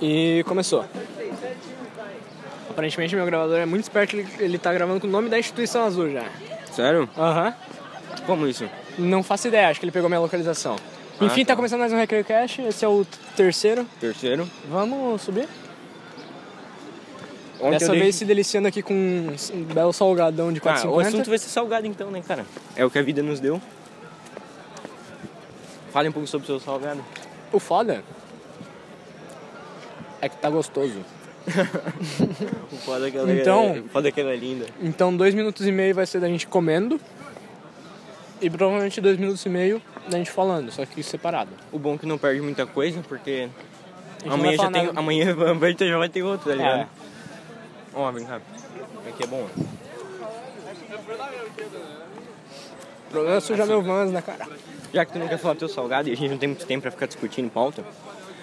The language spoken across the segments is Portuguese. E começou. Aparentemente meu gravador é muito esperto, ele, ele tá gravando com o nome da instituição azul já. Sério? Aham. Como isso? Não faço ideia, acho que ele pegou minha localização. Ah, Enfim, tá tá. começando mais um Recreio Cash, esse é o t- terceiro. Terceiro. Vamos subir? Ontem Dessa eu dei- vez se deliciando aqui com um s- um belo salgadão de Ah, o 450. assunto vai ser salgado então, né, cara? É o que a vida nos deu. Fale um pouco sobre o seu salgado. O foda é que tá gostoso. O foda que ela Então- é... o foda que ela é linda. Então, dois minutos e meio vai ser da gente comendo. E provavelmente dois minutos e meio da gente falando, só que separado. O bom é que não perde muita coisa, porque gente não vai amanhã já falar tem. nada. Amanhã vai ter, já vai ter outro, tá É. ligado? Ó, vem cá. Aqui é bom. O problema é sujar meu Vans na cara. Já que tu não quer falar do teu salgado e a gente não tem muito tempo pra ficar discutindo pauta,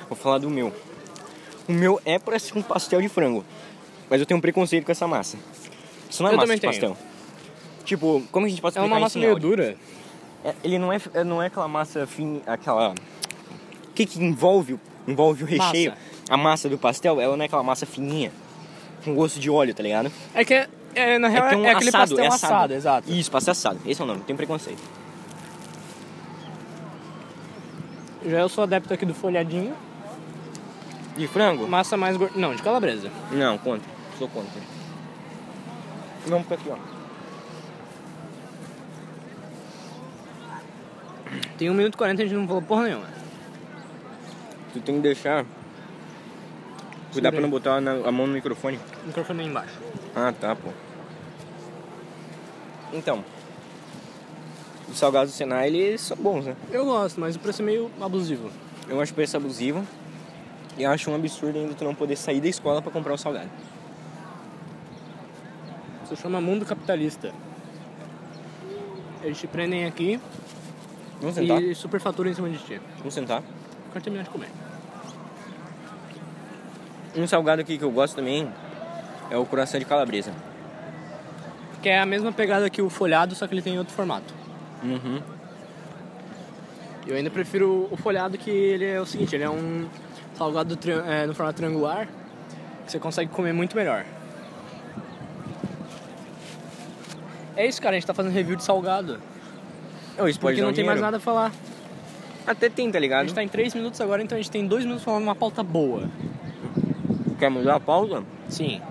vou falar do meu. O meu é pra ser um pastel de frango, mas eu tenho um preconceito com essa massa. Isso não é Eu massa também de pastel. Tipo, como a gente pode É explicar uma massa isso em meio áudio? dura. É, ele não é, é- não é aquela massa fim, aquela o que que envolve, o- envolve o recheio, Massa. a massa do pastel, ela não é aquela massa fininha com gosto de óleo, tá ligado? É que, é, é, na real, que é, um aquele pastel assado, exato. Isso, pastel assado. Esse é o nome, tem preconceito. Já eu sou adepto aqui do folhadinho. De frango? Massa mais gorda. Não, de calabresa. Não, contra. Sou contra. Vamos ficar aqui, ó. Tem 1 minuto e 40 a gente não falou porra nenhuma. Tu tem que deixar. Segura Cuidar pra não aí. botar na- a mão no microfone. O microfone aí embaixo. Ah, tá, pô. Então. Os salgados do Senai, eles são bons, né? Eu gosto, mas o preço é meio abusivo. Eu acho preço abusivo. E acho um absurdo ainda tu não poder sair da escola pra comprar o salgado. Isso chama mundo capitalista. Eles te prendem aqui Vamos sentar? e superfaturam em cima de ti. Vamos sentar. Eu Quero terminar de comer. Um salgado aqui que eu gosto também é o coração de calabresa. Que é a mesma pegada que o folhado, só que ele tem outro formato. Uhum. Eu ainda prefiro o folhado que ele é o seguinte, ele é um salgado tri- é, no formato triangular que você consegue comer muito melhor. É isso, cara, a gente tá fazendo review de salgado. Oh, isso pode Porque dar não um tem mais dinheiro. nada a falar. Até tem, tá A ligado? gente tá em 3 minutos agora, então a gente tem 2 minutos falando uma pauta boa. Quer mudar a pausa? Sim.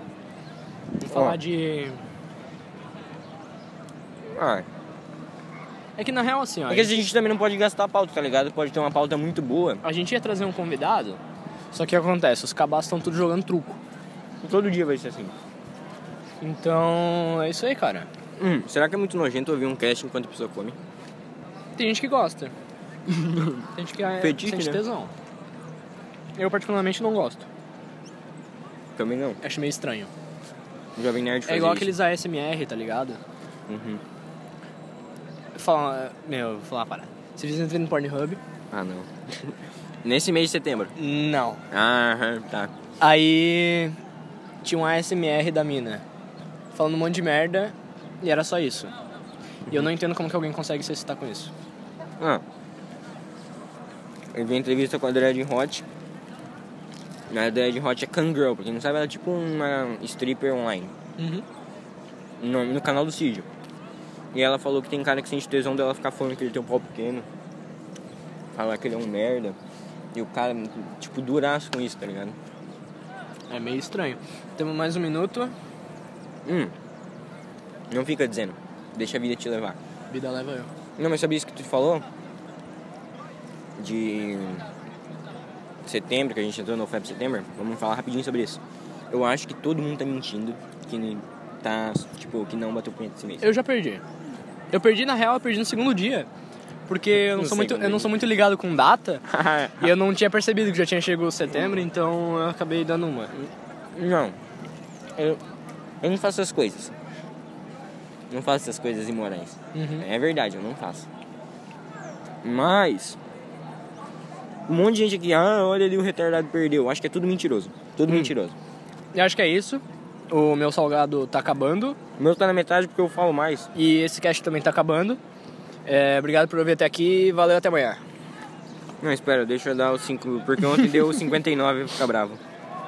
Vamos falar Ó. de. Ah, É que na real, assim, ó. É que a gente também não pode gastar pauta, tá ligado? Pode ter uma pauta muito boa. A gente ia trazer um convidado, só que o que acontece? Os cabaços estão tudo jogando truco. Todo dia vai ser assim. Então, é isso aí, cara. Hum, será que é muito nojento ouvir um cast enquanto a pessoa come? Tem gente que gosta. Tem gente que é, Fetiche, sente né? tesão. Eu particularmente não gosto. Também não. Acho meio estranho. O Jovem Nerd É fazia igual isso. aqueles ASMR, tá ligado? Uhum. Fala, meu, vou falar uma parada. Você diz entra no Pornhub? Ah, não. Nesse mês de setembro. Não. Ah, tá. Aí tinha um ASMR da mina. Falando um monte de merda e era só isso. E eu não entendo como que alguém consegue se excitar com isso. Ah. Eu vi entrevista com a Dread Hot. A Dread Hot é Kangirl, pra quem não sabe, ela é tipo uma stripper online. Uhum. No, no canal do Cid. E ela falou que tem cara que sente tesão dela ficar falando que ele tem um pau pequeno. Falar que ele é um merda. E o cara, tipo, duraço com isso, tá ligado? É meio estranho. Temos mais um minuto. Hum. Não fica dizendo. Deixa a vida te levar. Vida leva eu. Não, mas sabia isso que tu falou? De setembro, que a gente entrou no FEP setembro. Vamos falar rapidinho sobre isso. Eu acho que todo mundo tá mentindo. Que tá, tipo, que não bateu punheta esse mês. Eu já perdi. Eu perdi, na real, eu perdi no segundo dia. Porque eu não, No sou muito, segundo eu não dia. sou muito ligado com data. e eu não tinha percebido que já tinha chegado setembro, então eu acabei dando uma. Não. Eu, eu não faço essas coisas. Não faço essas coisas imorais. Uhum. É verdade, eu não faço. Mas. Um monte de gente aqui, ah, olha ali o retardado perdeu. Acho que é tudo mentiroso. Tudo mentiroso. Eu acho que é isso. O meu salgado tá acabando. O meu tá na metade porque eu falo mais. E esse cast também tá acabando. É, obrigado por ouvir até aqui. Valeu, até amanhã. Não, espera, deixa eu dar os 5. Porque ontem deu 59 e eu vou ficar bravo.